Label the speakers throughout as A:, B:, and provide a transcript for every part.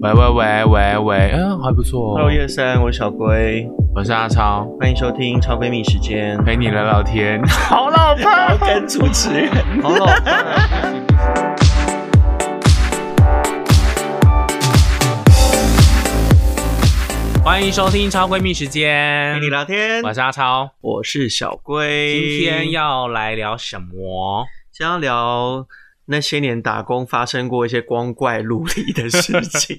A: 喂喂喂喂喂，嗯，还不错、
B: Hello，
A: 哦。
B: 叶三，我是小龟，
A: 我是阿超，
B: 欢迎收听超闺蜜时间。
A: 陪你聊聊 天。好老婆，
B: 要跟主持人，好老派。
A: 欢迎收听超闺蜜时间
B: 陪你，聊天，
A: 我是阿超。
B: 我是小龟。
A: 今天要来聊什么？
B: 先要聊那些年打工发生过一些光怪陆离的事情。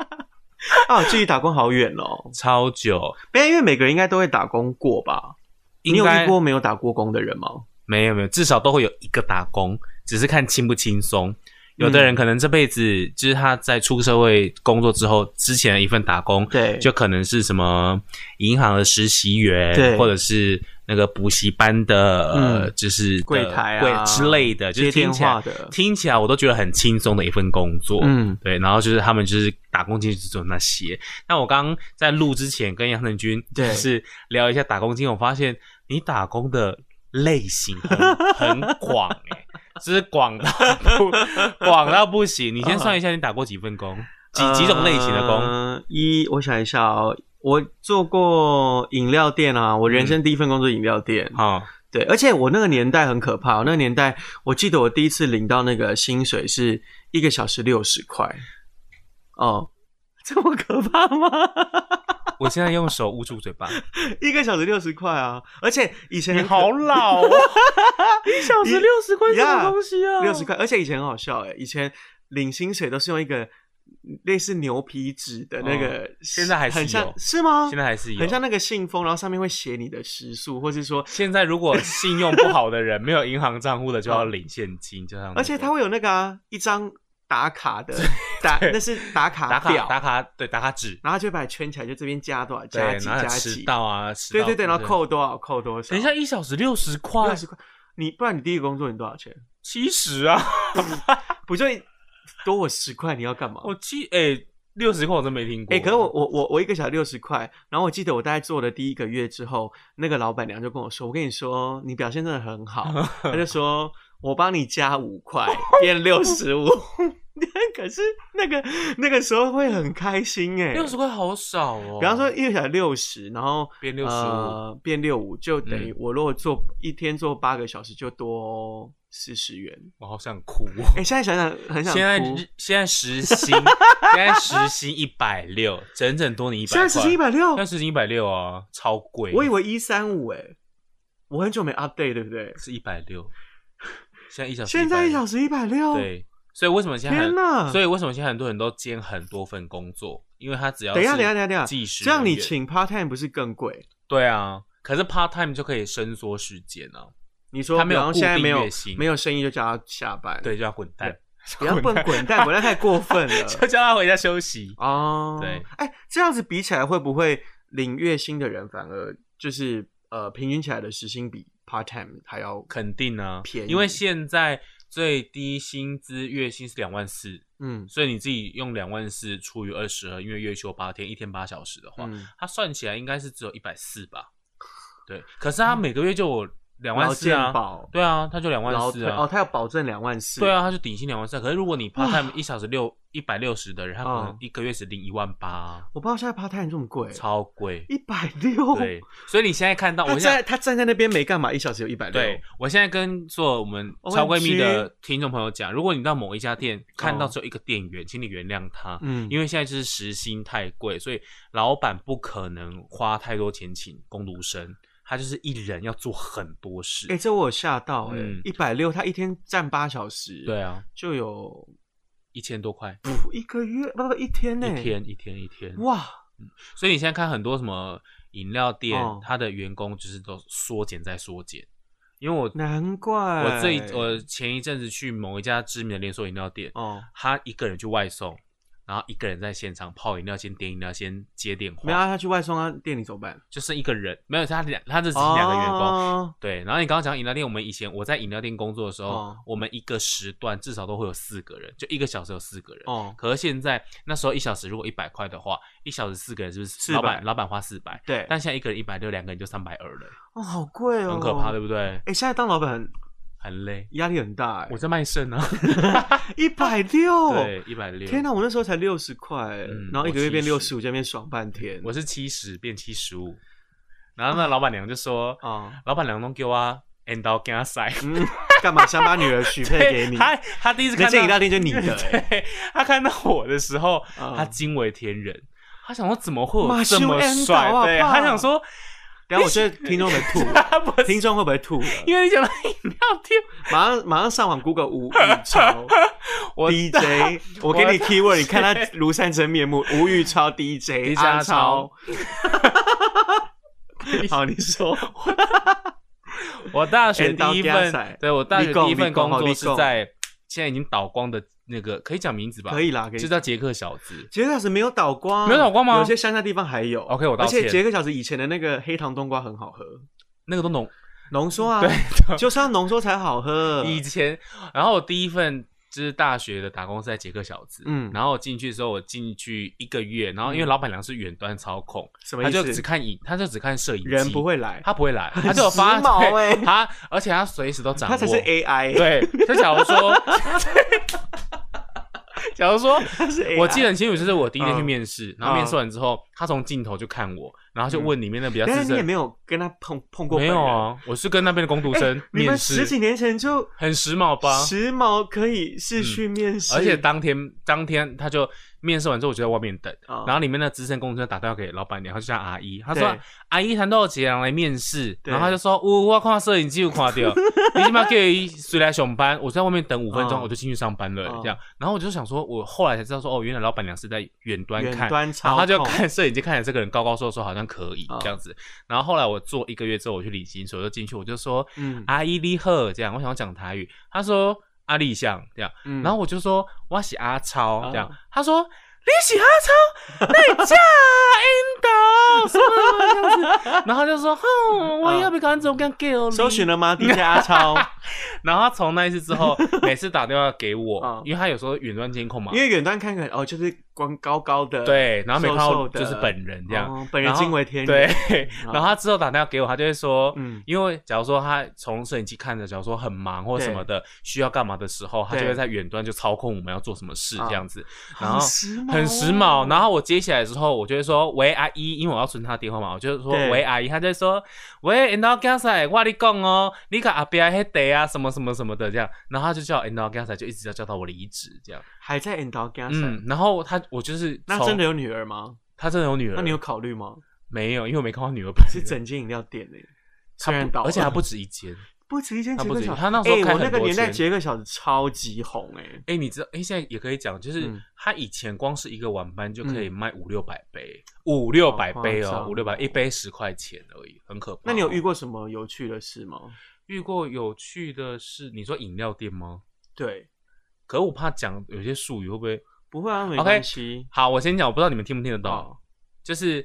B: 啊，距离打工好远哦！
A: 超久，
B: 没有，因为每个人应该都会打工过吧？你
A: 应
B: 有
A: 该
B: 遇过没有打过工的人吗？
A: 没有没有，至少都会有一个打工，只是看轻不轻松。有
B: 嗯
A: 的人可能这辈子就是他在出社会工作之后之前的一份打工，
B: 对，
A: 就可能是什么银行的实习员，
B: 对
A: 或者是那个补习班的，呃，
B: 嗯
A: 就是的
B: 柜台啊
A: 柜之类的，就是
B: 接
A: 听
B: 电
A: 起来
B: 话的。
A: 听起来我都觉得很轻松的一份工作。
B: 嗯，
A: 对，然后就是他们就是打工经历只有那些。那我刚刚在录之前跟杨成军就
B: 对
A: 是聊一下打工经历，我发现你打工的类型 很很广哎、就是广到 不广到不行。你
B: 嗯
A: 先算一下，你打过几份工，几几种类型的 工？
B: 呃一，我想一下哦，我做过饮料店啊，我人生第一份工作饮料店。
A: 嗯好、
B: 对，而且我那个年代很可怕哦、那个年代我记得我第一次领到那个薪水是一个小时六十块。哦，这么可怕吗？
A: 我现在用手捂住嘴巴。
B: 一个小时六十块啊！而且以前很可
A: 老哦， 一小
B: 时
A: 十块
B: 是什么东
A: 西啊
B: 六十块，而且以前很好笑哎、以前领薪水都是用一个类似牛皮纸的那个，
A: 哦现在还是
B: 很像
A: 有
B: 是吗？
A: 现在还是有。
B: 很像那个信封，然后上面会写你的时速，或是说，
A: 现在如果信用不好的人没有银行账户的，就要领现金，就像那个
B: 而且它会有那个啊，一张打卡的 打，
A: 对
B: 那是打卡
A: 打卡
B: 表，
A: 打卡对打卡纸，
B: 然后就把它圈起来，就这边加多少，
A: 对，
B: 加几
A: 然后
B: 加
A: 迟
B: 几，
A: 到啊，迟
B: 对
A: 到
B: 对对，然后。扣多少扣多少，
A: 等一下，一小时六十块
B: 六，十块，你不然你第一个工作你多少钱？
A: 七十啊！
B: 不就多我十块，你要干嘛？
A: 我七哎，六十块我真没听过。
B: 哎、可是我我我我一个小时六十块，然后我记得我大概做了第一个月之后，那个老板娘就跟我说：“我跟你说，你表现真的很 好。”她就说：“我帮你加五块，变六十五。” 可是那个那个时候会很开心哎、
A: 六十块好少哦。
B: 比方说一个小时六十，然后
A: 变65
B: 呃变六五，就等
A: 嗯
B: 于我如果做、一天做八个小时，就多四十元。
A: 我好想哭哦。
B: 哎、现在想想很想哭。
A: 现在日现在时薪， 现在时薪一百六，整整多你一百。
B: 现在时薪一百六
A: 现，在时薪一百六啊，超贵。
B: 我以为一三五哎，我很久没 update，对不对？
A: 是一百六，现在一小时160，
B: 现在一小时一百六，
A: 对，所以为什么现在
B: 哦天哪
A: 很，所以为什么现在很多人都兼很多份工作，因为他只要
B: 等一下，
A: 是
B: 等一下，等一下，等
A: 计
B: 一
A: 时
B: 下，这样你
A: 人员
B: 请 part time 不是更贵？
A: 对啊，可是 part time 就可以伸缩时间啊，
B: 你说，
A: 他没有
B: 比方现在
A: 固定
B: 没有
A: 月薪
B: 没有生意就叫他下班，，
A: 对，就要 滚蛋，
B: 不要笨滚蛋，滚蛋太过分了
A: 就叫他回家休息。
B: 哦。
A: 对，
B: 哎，这样子比起来，会不会领月薪的人反而就是呃平均起来的时薪比 part time 还要？
A: 肯定啊，
B: 便宜
A: 因为现在最低薪资月薪是两万四，
B: 嗯
A: 所以你自己用两万四除以二十二，因为月休八天，一天八小时的话，
B: 嗯，
A: 他算起来应该是只有一百四吧？对，可是他每个月就有两万
B: 嗯劳
A: 四
B: 健
A: 啊，
B: 保，
A: 对啊，他就两
B: 劳
A: 万四
B: 退
A: 啊，
B: 哦，他要保证两万四，
A: 对，啊，他就底薪两万三。可是如果你 part time 一小时六一百六十的人，他可能
B: 嗯
A: 一个月只领一万八，
B: 我不知道现在 part time 这么贵，
A: 超贵。
B: 一百六，
A: 对，所以你现在看到
B: 他
A: 哦我现在
B: 站他站在那边没干嘛，一小时有一百六，
A: 对我现在跟做我们超闺蜜的听众朋友讲，如果你到某一家店看到只有一个店员，请你原谅他，
B: 嗯，
A: 因为现在就是时薪太贵，所以老板不可能花太多钱请工读生，他就是一人要做很多事
B: 哎、。这我有吓到哎、
A: 嗯
B: 一百六，他一天站八小时，
A: 对，啊，
B: 就有
A: 一千多块
B: 噗一个月，不不一天呢、哎
A: 一天一天一天，
B: 哇，
A: 所以你现在看很多什么饮料店，
B: 哦
A: 它的员工就是都缩减再缩减。因为我
B: 难怪
A: 我这一我前一阵子去某一家知名的连锁饮料店，
B: 哦，
A: 他一个人去外送，然后一个人在现场泡饮料，先点饮料，先接电
B: 没有、
A: 话，
B: 啊、他去外送啊，店里怎么办？
A: 就剩一个人，没有他两他这只是两个员工。
B: 哦
A: 对，然后你刚刚讲饮料店，我们以前我在饮料店工作的时候，
B: 哦
A: 我们一个时段至少都会有四个人，就一个小时有四个人。
B: 哦，
A: 可是现在那时候一小时如果一百块的话，一小时四个人是不是？
B: 400
A: 老板老板花四百，
B: 对，
A: 但现在一个人一百六，两个人就三百二了，
B: 哦好贵哦，
A: 很可怕，对。不对？
B: 哎、现在当老板很
A: 很累。
B: 压力很大哎、
A: 我在卖肾啊，
B: 一百六，
A: 对，一百六。
B: 哦天哪、我那时候才六十块
A: 嗯，
B: 然后一个月变六
A: 我
B: 十
A: 70
B: 五，在那边爽半天。
A: 我是七十变七十五，然后那老板娘就 说，
B: 啊，
A: 老板娘都给我 end 到给他 塞，
B: 嗯，干嘛想把女儿许配给你？
A: 他他第一次
B: 那
A: 看
B: 这饮料
A: 到，
B: 店就你的、欸，
A: 对，他看到我的时候，
B: 嗯
A: 他惊为天人，他想说怎么会
B: 马
A: 有这
B: 修啊
A: 么
B: 安导
A: 帅
B: 好不？好
A: 对，他想说，，
B: 等一下我觉得听众会吐
A: 他不是
B: 听众会不会吐了？
A: 因为你讲到饮料店，
B: 马上马上上网 Google 吴宇超
A: 我
B: DJ，我给你 keyword，你看他庐山真面目，吴宇超 DJ，
A: DJ
B: 阿
A: 阿
B: 超
A: 超。
B: 好，你说，
A: 我大学第一
B: N 到加
A: 份
B: 塞，
A: 对我大学
B: 立功
A: 第一份
B: 立功
A: 工
B: 好立
A: 作
B: 功
A: 是在现在已经倒光的那个，可以讲名字吧？
B: 可，以啦，可以
A: 就。叫捷克小子。
B: 杰克小时没有倒光，
A: 没有倒光吗
B: 有些乡下地方还有。
A: OK，我道
B: 而
A: 歉
B: 且杰克小时以前的那个黑糖冬瓜很好喝，
A: 那个都浓，
B: 浓缩啊，
A: 对，
B: 就是要浓缩才好喝。
A: 以前，然后我第一份就是大学的打工是在捷克小子，
B: 嗯
A: 嗯，然后我进去的时候，我进去一个月，然后因为
B: 嗯
A: 老板娘是远端操控，
B: 什么
A: 她
B: 意
A: 就只
B: 思？
A: 看影，她就只看摄影机，
B: 人不，会来，
A: 她不会 来，她就有发
B: 时髦欸
A: 对她而且她随时都掌握，
B: 他才是 AI，
A: 对，就假如说， 假如说
B: 他是 AI。
A: 我记得很清楚，就是我第一天去
B: 嗯
A: 面试，然后面试完之后，他从镜头就看我，然后就问里面的比较
B: 但
A: 资
B: 是你也
A: 深，
B: 没有跟他碰碰过，哎
A: 没有。啊，我是跟那边的工读生
B: 你
A: 面
B: 们十几
A: 试，
B: 年前就
A: 很时髦吧？嗯
B: 时髦，可以是去面试，
A: 而且当天当天他就面试完之后，我就在外面等，
B: 啊
A: 然后里面的资深工读生打电话给老板娘，他就叫阿姨，他说
B: 对
A: 阿姨谈到杰良啊来面试，
B: 对
A: 然后他就说，我我看摄影机有看 到，你起码给谁来上班？我在外面等五分钟，
B: 嗯
A: 我就进去上班了，
B: 嗯
A: 这样。然后我就想说，我后来才知道说，哦，原来老板娘是在远端
B: 远
A: 看，
B: 端
A: 然后
B: 操控，
A: 他就看摄影机，看着这个人高高瘦瘦，好像可以
B: 哦
A: 这样子。然后后来我做一个月之后，我去领薪水，我就进去，我就说
B: 嗯
A: 阿姨你好，这样我想要讲台语。他说阿丽像这样，
B: 嗯
A: 然后我就说我是阿超
B: 哦
A: 这样。他说你是阿超，那叫引导什么什么这样子。然后他就说哼，我要不赶走跟 g i r
B: 嗯搜寻了吗？DJ 阿超，
A: 然后他从那一次之后， 每次打电话给
B: 哦
A: 我，因为他有时候远端监控嘛
B: 因，为远端看看哦，就是光高高的，
A: 对，然后没看到
B: 瘦瘦的
A: 就是本人这样。
B: 哦，本人
A: 然后
B: 惊为天人，
A: 对，然后他之后打电话给我，他就会说，
B: 嗯
A: 嗯，因为假如说他从摄影机看着，假如说很忙或什么的，需要干嘛的时候，他
B: 对
A: 就会在远端就操控我们要做什么事这样子，然
B: 好
A: 后。
B: 时髦，哦
A: 很时髦，，然后我接起来之后，我就会说喂阿姨，因为我要存她的电话嘛，我就说
B: 对
A: 喂阿姨，她就会说喂 end 到刚才我跟你讲哦，你跟阿边黑得啊什么什么什么的这样，然后她就叫 end 到刚才就一直要叫到我离职这样，
B: 还在 end 到 gas，
A: 嗯，然后她我就是
B: 那
A: 从
B: 真的有女儿吗？
A: 她真的有女儿，
B: 那你有考虑吗？
A: 没有？因为我没看到女儿本人，
B: 是整间饮料店诶，
A: 她
B: 虽然倒
A: 不，
B: 了，
A: 而且还不止一 间，
B: 不止一间
A: 他
B: 杰
A: 不
B: 克
A: 止
B: 小时，
A: 他那时候
B: 哎
A: 开
B: 我那
A: 很
B: 个
A: 多
B: 年代
A: 间
B: 杰克小时超级红哎，
A: 哎、你知道？哎、现在也可以讲，就是
B: 嗯
A: 他以前光是一个晚班就可以卖五六百杯，五六百杯
B: 好夸
A: 哦，
B: 张
A: 五六百一杯十块钱而已，很可怕。
B: 那你有遇
A: 过
B: 过什么有趣的事吗？
A: 遇过有趣的是，你说饮料店吗？
B: 对，
A: 可我怕讲有些术语会不会？
B: 不会啊，没
A: OK
B: 关系。
A: 好，我先讲，我不知道你们听不听得懂。
B: 哦
A: 就是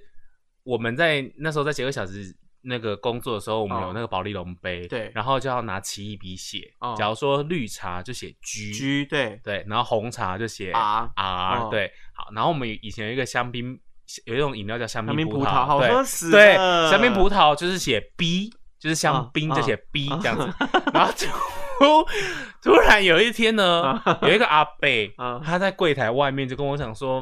A: 我们在那时候在杰克小时那个工作的时候，我们
B: 哦
A: 有那个保丽龙杯，
B: 对
A: 然后就要拿奇异笔写。
B: 哦
A: 假如说绿茶就写 G，,
B: G 对
A: 对，然后红茶就写
B: R
A: R，、
B: 哦
A: 对，好，然后我们以前有一个香槟，有一种饮料叫香
B: 香
A: 槟
B: 槟葡萄，
A: 萄，
B: 好
A: 对
B: 喝死
A: 对，
B: 了
A: 香槟葡萄就是写 B，就是香槟
B: 啊
A: 就写 B
B: 啊
A: 这样子， 然后突突然有一天呢
B: 啊，
A: 有一个阿贝
B: 啊，
A: 他在柜台外面就跟我讲说，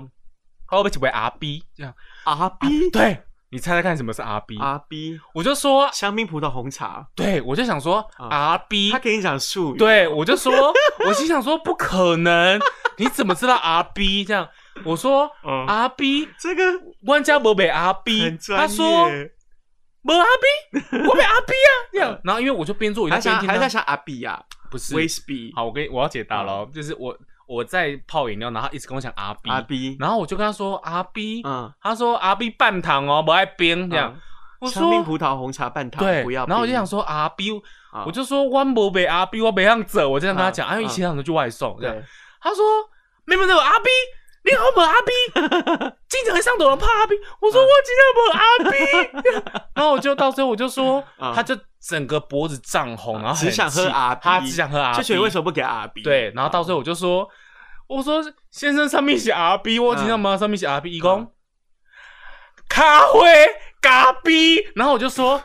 A: 他会不会为 R B 这样？啊
B: R B
A: 对你猜猜看什么是 R B？
B: R B
A: 我就说，
B: 香槟葡萄红茶，
A: 对我就想说
B: 啊
A: R B，
B: 他给你讲术语，
A: 对，我就说，我心想说不可能，你怎么知道 R B 这样？我说
B: 嗯，
A: R B，
B: 这个
A: 万家没被 R B，
B: 很
A: 他
B: 专
A: 说
B: 业，
A: 没 R B，我被 R B 啊，这样。然后因为我就边做，我就
B: 还
A: 边
B: 嗯想
A: 听
B: 还在
A: 他，
B: 想阿比呀，
A: 不是
B: 威士比，
A: 好，我跟你我要解答了，哦就是我我在泡饮料，然后他一直跟我讲 R B，
B: 阿比，
A: 然后我就跟他说 R B，
B: 嗯，
A: 他说 R B 半糖哦，不爱冰这样
B: 嗯。
A: 我
B: 香槟
A: 说
B: 葡萄红茶半糖，
A: 对，
B: 不要冰。
A: 然后我就想说 R B，
B: 啊，
A: 我就说我没被 R B，我没让走，我这样跟他讲，
B: 嗯
A: 啊，因为其他人都去外送这样。
B: 对，
A: 他说：“没有没有阿 B，你好没有阿 B，经 常会上抖人怕阿 B。”我说：“
B: 嗯
A: 我今天没有阿 B。然后我就到最后我就说，
B: 嗯
A: 他就整个脖子涨红，然后很
B: 只想喝
A: 气
B: 阿 B，
A: 他只想喝阿 B，
B: 就觉得为什么不给阿比？
A: 对，然后到最后我就说：“我说先生上面写 R B，我经常吗？上面写 R
B: 嗯
A: B，义工咖啡咖 B。”然后我就说。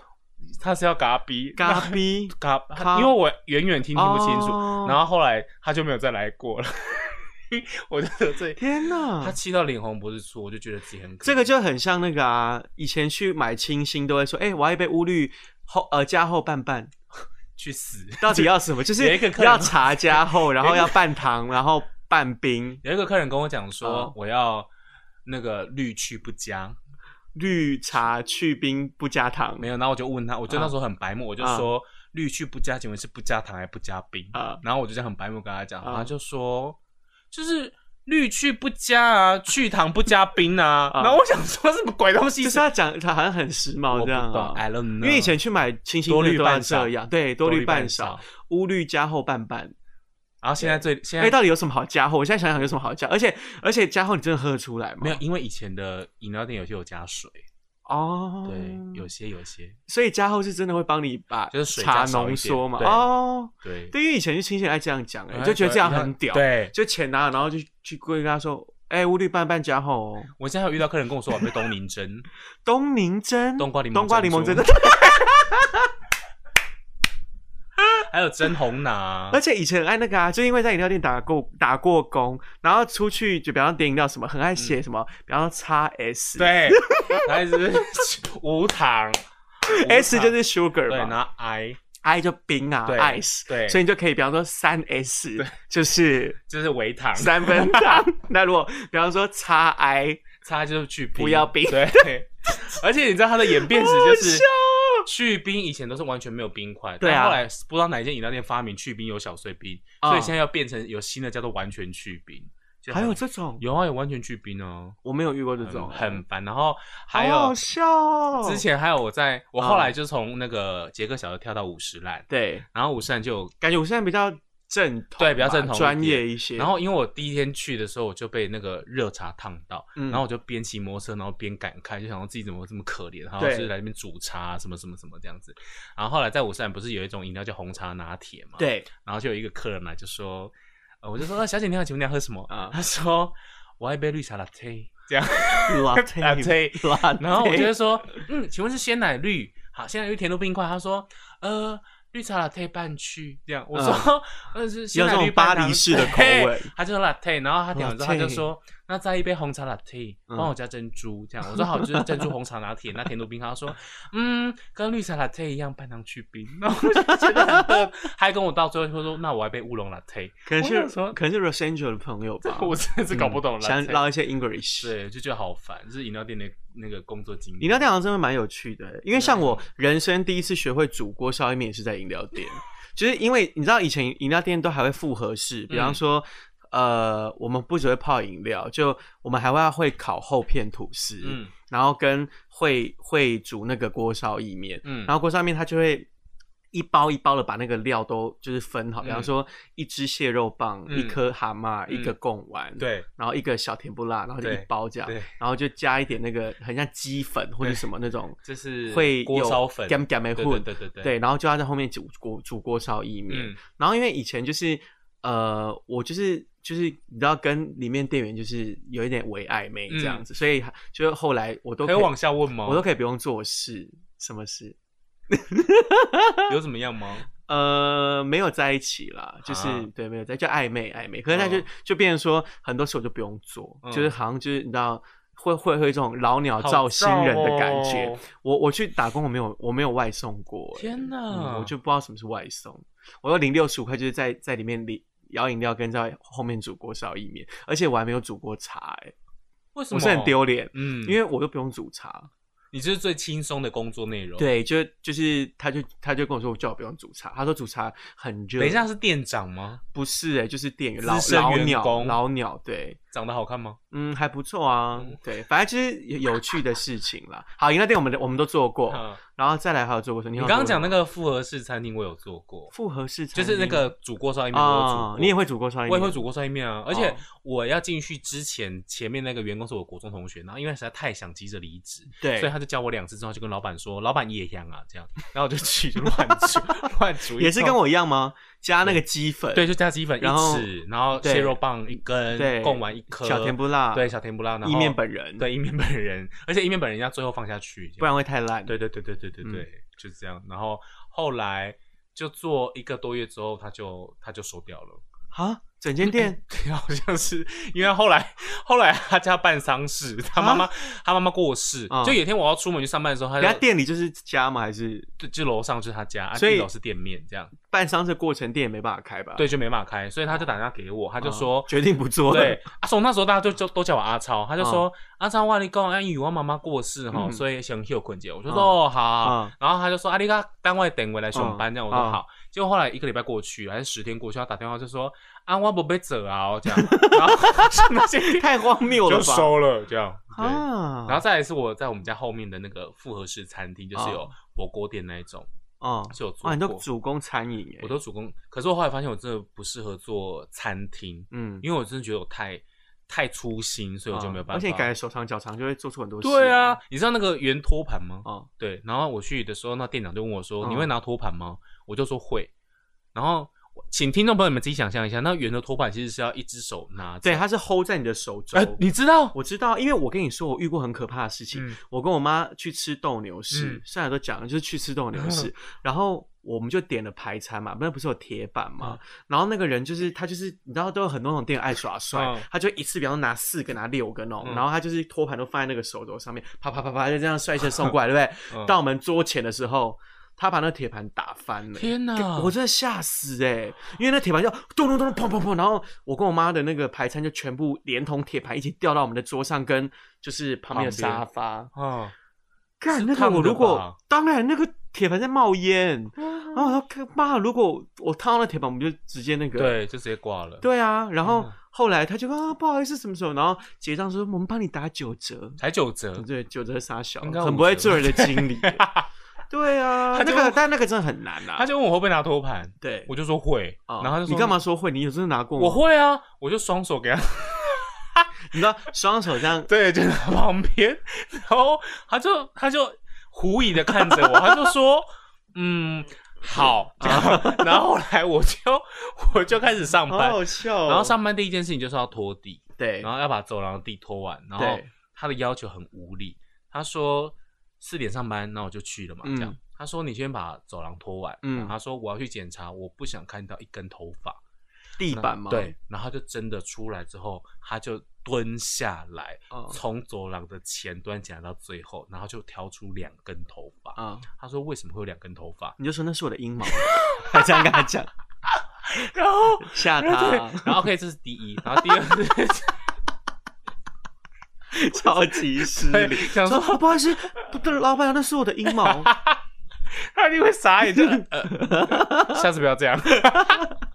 A: 他是要嘎逼
B: 嘎逼，
A: 嘎
B: 嘎，
A: 因为我远远听听不清楚，
B: 哦
A: 然后后来他就没有再来过了， 我就得罪
B: 天
A: 他
B: 哪！
A: 气到脸红脖子粗，我就觉得自己很可
B: 嗯这个就很像那个啊，以前去买清新都会说，哎、我要一杯乌绿后呃加厚半半，
A: 去死。
B: 到底要什 么？就是
A: 有一个客人
B: 要茶加厚，然 后要半糖，然后半冰，
A: 有一个客人跟我讲说
B: 哦，
A: 我要那个绿去不加，
B: 绿茶去冰不加糖
A: 没有，然后我就问他，我就
B: 啊
A: 那时候很白目，我就
B: 啊
A: 说绿去不加，请问是不加糖还不加冰？
B: 啊。
A: 然后我就这样很白目跟他讲，
B: 啊
A: 他就说就是绿去不加啊，去糖不加冰 啊。
B: 啊
A: 然后我想说什么鬼东西？
B: 就是他讲，他好像很时髦
A: 我不
B: 这样
A: 懂
B: 啊。
A: ，I don't
B: 因
A: know。
B: 为以前去买清新
A: 多
B: 真
A: 绿
B: 的都要
A: 半少
B: 这样，对，多绿半少，，乌绿加厚半半。
A: 然后现在最现
B: 哎、
A: 在
B: 到底有什么好加厚？我现在想想有什么好加，而且而且加厚你真的喝得出来吗？
A: 没有，因为以前的饮料店有些有加水，
B: 哦，
A: 对，有些有些
B: 所以加厚是真的会帮你把
A: 就是水
B: 茶
A: 加少一
B: 浓
A: 点
B: 缩嘛。
A: 对
B: 哦，
A: 对，
B: 对，因为以前就清醒爱这样讲、哎，就觉得这样很屌，，
A: 对。
B: 就钱拿了，然后就去故意跟他说，哎、乌绿半半加厚哦，
A: 我现在还有遇到客人跟我说我被东宁针，
B: 东宁针，
A: 冬瓜柠檬
B: 冬瓜
A: 珍
B: 柠檬
A: 珠
B: 针，
A: 还有蒸红 拿
B: 而，且以前很爱那个啊，就因为在饮料店打过打过工，然后出去就比方说点饮料什么，很爱写什么，比方说叉 S，
A: 嗯对，还有就是无糖
B: ，S
A: 无糖
B: 就是 sugar
A: 对，
B: 嘛，
A: 拿 I
B: I 就冰啊
A: 对
B: ，ice，
A: 对
B: 所以你就可以比方说三 S 就是啊
A: 就是微糖，
B: 三分糖。 那如果比方说叉 I，
A: 差就是去冰，
B: 不要冰
A: 对，而且你知道它的演变史就是
B: 好笑
A: 去冰，以前都是完全没有冰块，
B: 对啊
A: 但后来不知道哪一间饮料店发明去冰有小碎冰，
B: 啊
A: 所以现在要变成有新的叫做完全去冰，就
B: 还
A: 很
B: 有这种，
A: 有啊，有完全去冰哦，
B: 我没有遇过这
A: 很
B: 种，
A: 很烦，然后还
B: 好
A: 有
B: 好笑哦。
A: 之前还有我在我
B: 啊
A: 后来就从那个杰克小的跳到五十烂，
B: 对，
A: 然后五十烂就有
B: 感觉我现在比较正统吧，
A: 对比较正统一点
B: 专业一些。
A: 然后因为我第一天去的时候，我就被那个热茶烫到，
B: 嗯
A: 然后我就边骑摩托车，然后边感慨，就想到自己怎么这么可怜，然后
B: 对
A: 就是来这边煮茶什么什么什么这样子。然后后来在五山不是有一种饮料叫红茶拿铁嘛，，
B: 对，
A: 然后就有一个客人来就说，呃，我就说、啊、小姐你好，请问你要喝什么？
B: 啊
A: 他说我要一杯绿茶 latte，这样，
B: latte
A: Latte
B: latte
A: 然后我就会说，嗯，请问是鲜奶绿？好，鲜奶绿甜度冰块。他说，呃，绿茶 latte 半去这样。我说， 呃是鲜
B: 有
A: 奶
B: 嗯这
A: 绿
B: 种巴
A: 半糖
B: 黎式 的口味。
A: 他就说 latte，然后他点完之后他就
B: Latte
A: 说，那再一杯红茶 latte，
B: 嗯
A: 帮我加珍珠这样。我说好，就是珍珠红茶拿 铁，那甜度冰块。他说，嗯，跟绿茶 latte 一样，半糖去冰。 然后我就觉得很饿，还跟我到最后说说，那我要一杯乌龙 latte。
B: 可能
A: 我想
B: 是
A: 说
B: 可能是 Rosangel 的朋友吧，
A: 我真的是搞不懂
B: 嗯想
A: latte。
B: 唠一些 English。
A: 对，就觉得好烦，就是饮料店的那个工作经历。
B: 饮料店好像真的蛮有趣的，因为像我人生第一次学会煮锅烧意面也是在饮料店， 就是因为你知道以前饮料店都还会复合式，
A: 嗯
B: 比方说。呃，我们不只会泡饮料，就我们还会会烤厚片吐司，
A: 嗯
B: 然后跟会会煮那个锅烧意面，
A: 嗯，
B: 然后锅烧意面它就会一包一包的把那个料都就是分好，比
A: 嗯
B: 方说一只蟹肉棒、
A: 嗯
B: 一颗蛤蟆、
A: 嗯
B: 一个贡丸，，
A: 对。
B: 然后一个小甜不辣，然后就一
A: 对
B: 包这样，
A: 对，
B: 然后就加一点那个很像鸡粉或者什么那种，
A: 就是
B: 会
A: 锅
B: 有
A: 烧粉，
B: 干干没
A: 对
B: 混，
A: 对对对
B: 对，然后就要在后面煮锅煮锅烧意面。
A: 嗯
B: 然后因为以前就是呃，我就是就是你知道跟里面店员就是有一点为暧昧这样子，所以就后来我都
A: 可
B: 可
A: 以
B: 以
A: 嗯往下问吗？
B: 我都可以不用做事，什么事？
A: 有怎么样吗？
B: 呃，没有在一起啦，就是、
A: 啊
B: 对，没有在，就暧昧暧昧。可是那就、
A: 嗯
B: 就变成说，很多事我就不用做，
A: 嗯
B: 就是好像就是你知道，会会会有一种老鸟
A: 好
B: 造新人的感觉。
A: 燥哦
B: 我我去打工，我没有我没有外送过、欸
A: 天啊哪
B: 嗯我就不知道什么是外送。我有零六十五块，就是在在里面里摇饮料，跟在后面煮锅烧意面，而且我还没有煮过茶、欸，
A: 为什么？
B: 我是很。丢脸，
A: 嗯，哦
B: 因为我又不用煮茶。
A: 你这是最轻松的工作内容。，
B: 对，就就是他就他就跟我说，叫我不用煮茶，他说煮茶很热。
A: 等一下是店长吗？
B: 不是哎、就是店员
A: 资
B: 老
A: 深
B: 老
A: 员
B: 鸟
A: 工
B: 老鸟对，
A: 长得好看吗？
B: 嗯，还不错啊
A: 嗯，
B: 对，反正就是有有趣的事情啦。好，饮料店我们的我们都做过，
A: 嗯
B: 然后再来还有做过什么？
A: 你
B: 还有
A: 刚刚
B: 做
A: 讲
B: 过
A: 那个复合式餐厅，我有做过，
B: 复合式餐
A: 就
B: 厅，
A: 是那个煮锅烧意面，我有煮
B: 啊
A: 过，
B: 你也会煮过烧意面，
A: 我也会煮锅烧意面啊，而且
B: 哦
A: 我要进去之前，前面那个员工是我国中同学，然后因为实在太想急着离职，
B: 对
A: 所以他就教我两次之后，就跟老板说：“老板也香啊，这样。”然后我就去就乱煮， 乱煮一通，
B: 也是跟我一样吗？加那个鸡粉，
A: 对，就加鸡粉一
B: 然后
A: 匙，然后
B: 对
A: 蟹肉棒一根，
B: 对，
A: 贡丸一颗，
B: 小甜不辣，
A: 对，小甜不辣，然后
B: 意面本人，，
A: 对意面本人，而且意面本人要最后放下去，
B: 不然会太烂。嗯
A: 对对对对对对对，就这样。然后后来就做一个多月之后，他就他就收掉了。
B: 啊，整 间店
A: 好像是因为后来后来他家办丧事，他妈妈他妈妈过世，
B: 啊嗯
A: 就有一天我要出门去上班的时候，他
B: 人家
A: 就
B: 店里就是家吗？还是
A: 就就楼上就是他家，啊
B: 所以啊
A: 一楼是店面这样，
B: 办丧事过程店也没办法开吧？
A: 对，就没办法开，所以他就打电话给我，他
B: 啊，
A: 就说。
B: 决定不做了。哦
A: 对，啊，从那时候大家就就都叫我阿超，他就说、阿超，我跟你讲，啊，因为我妈妈过世哈，
B: 嗯
A: 所以想休困一下。我就说、
B: 嗯
A: 哦好好好
B: 嗯
A: 然后他就说啊，你个单位等回来上班、
B: 嗯
A: 这样，我说好。结果后来一个礼拜过去，还是十天过去，他打电话就说啊，我不被走啊， 这样，然后那些
B: 太荒谬了
A: 就
B: 吧？
A: 收了这样。对，
B: 啊，
A: 然后再来是我在我们家后面的那个复合式餐厅，就是有
B: 哦
A: 火锅店那一种，
B: 哦，
A: 是有做
B: 哇，你都
A: 过。
B: 主攻餐饮耶
A: 我，都主攻，可是我后来发现我真的不适合做餐厅，
B: 嗯，
A: 因为我真的觉得我太太粗心，所以我就没有办法。
B: 哦而且你感觉手长脚长就会做出很多事。
A: 对啊，，你知道那个圆托盘吗？
B: 哦，
A: 对，然后我去的时候，那店长就问我说：“
B: 嗯
A: 你会拿托盘吗？”我就说会。然后，请听众朋友们自己想象一下，那圆的托盘其实是要一只手拿 着。
B: 对，它是 hold 哎在你的手肘。
A: 呃，你知道？
B: 我知道，因为我跟你说，我遇过很可怕的事情。
A: 嗯
B: 我跟我妈去吃斗牛士
A: 嗯，
B: 上海都讲了，就是去吃斗牛士，然后我们就点了排餐嘛，那不是有铁板
A: 嗯
B: 嘛，然后那个人就是他就是你知道都有很多那种店爱耍帅
A: 嗯，
B: 他就一次比方说拿四个拿六个那种，
A: 嗯
B: 然后他就是托盘都放在那个手肘上面，啪啪啪啪就这样帅气地送过来，对不对？
A: 嗯
B: 到我们桌前的时候。他把那铁盘打翻了，
A: 天哪！
B: 我真的吓死哎、欸！因为那铁盘就咚咚咚咚砰砰砰，然后我跟我妈的那个排餐就全部连同铁盘一起掉到我们的桌上，跟就是旁边的
A: 旁边
B: 沙发。
A: 啊，
B: 看那个
A: 烫的
B: 我如
A: 吧
B: 果当然那个铁盘在冒烟，然后我说看妈，如果我烫到那铁盘，我们就直接那个
A: 对，就直接挂了。
B: 对啊。然后
A: 嗯
B: 后来他就啊不好意思什么时候，然后结账说我们帮你打九折，
A: 才九折，
B: 对九折傻小，
A: 应该
B: 很
A: 五
B: 不会
A: 折
B: 做人的 经理欸。对啊，
A: 他
B: 那
A: 就
B: 个但那个真的很难啊。
A: 他就问我会不会拿托盘，
B: 对，
A: 我就说会，
B: 啊
A: 然后他就说
B: 你干嘛？说会？你有真的拿过吗？
A: 我，会啊，我就双手给他，，
B: 你知道双手这样
A: 对，就在旁边，然后他就他就狐疑的看着我，他就说，嗯，好，这样， 然后后来我就 我就开始上
B: 好
A: 班，
B: 好笑哦、
A: 然后上班第一件事情就是要拖地，
B: 对
A: 然后要把走廊的地拖完，然后
B: 对
A: 他的要求很无理，他说四点上班，那我就去了嘛，
B: 嗯
A: 这样。他说你先把走廊拖完，
B: 嗯
A: 嗯，他说我要去检查，我不想看到一根头发，
B: 地板嘛，
A: 对，，然后他就真的出来之后，他就蹲下来，
B: 嗯
A: 从走廊的前端检查到最后，然后就挑出两根头发。
B: 啊、
A: 他说为什么会有两根头发？
B: 你就说那是我的阴谋， 还这样跟他讲，
A: 然后
B: 吓
A: 对
B: 他， 啊
A: 然后 OK，这是第一，然后 第二是。
B: 超级失
A: 对
B: 礼，哦
A: 想说
B: 不好意思，不对，老板，那是我的阴谋，
A: 他一定会傻眼，就、呃、 下次不要这样。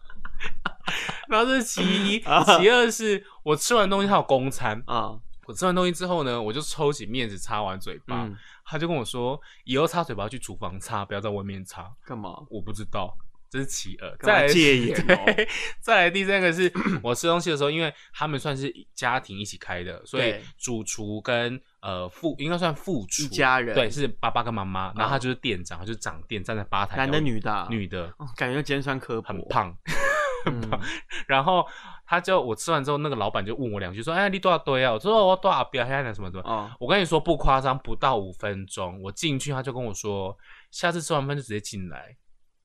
A: 然后这是其 一，其二是我吃完东西他有公餐，
B: 啊，
A: 我吃完东西之后呢，我就抽起面纸擦完嘴巴，
B: 嗯，
A: 他就跟我说以后擦嘴巴要去厨房擦，不要在外面擦。
B: 干嘛？
A: 我不知道，这是其二。
B: 干嘛
A: 再来
B: 戒严哦
A: 对，再来第三个是我吃东西的时候，因为他们算是家庭一起开的，所以
B: 对
A: 主厨跟呃副应该算副厨
B: 一家人嗯
A: 对，是爸爸跟妈妈，然后他就是店长，他就是长店，站在吧台。
B: 男的女的啊、
A: 哎女的
B: 哦感觉就尖酸刻薄，
A: 很胖，
B: 嗯，
A: 然后他就我吃完之后，那个老板就问我两句，说：“哎，你多少堆啊？”我说：“我多少标，现在什么什么。”
B: 哦，
A: 我跟你说不夸张，不到五分钟，我进去他就跟我说，下次吃完饭就直接进来，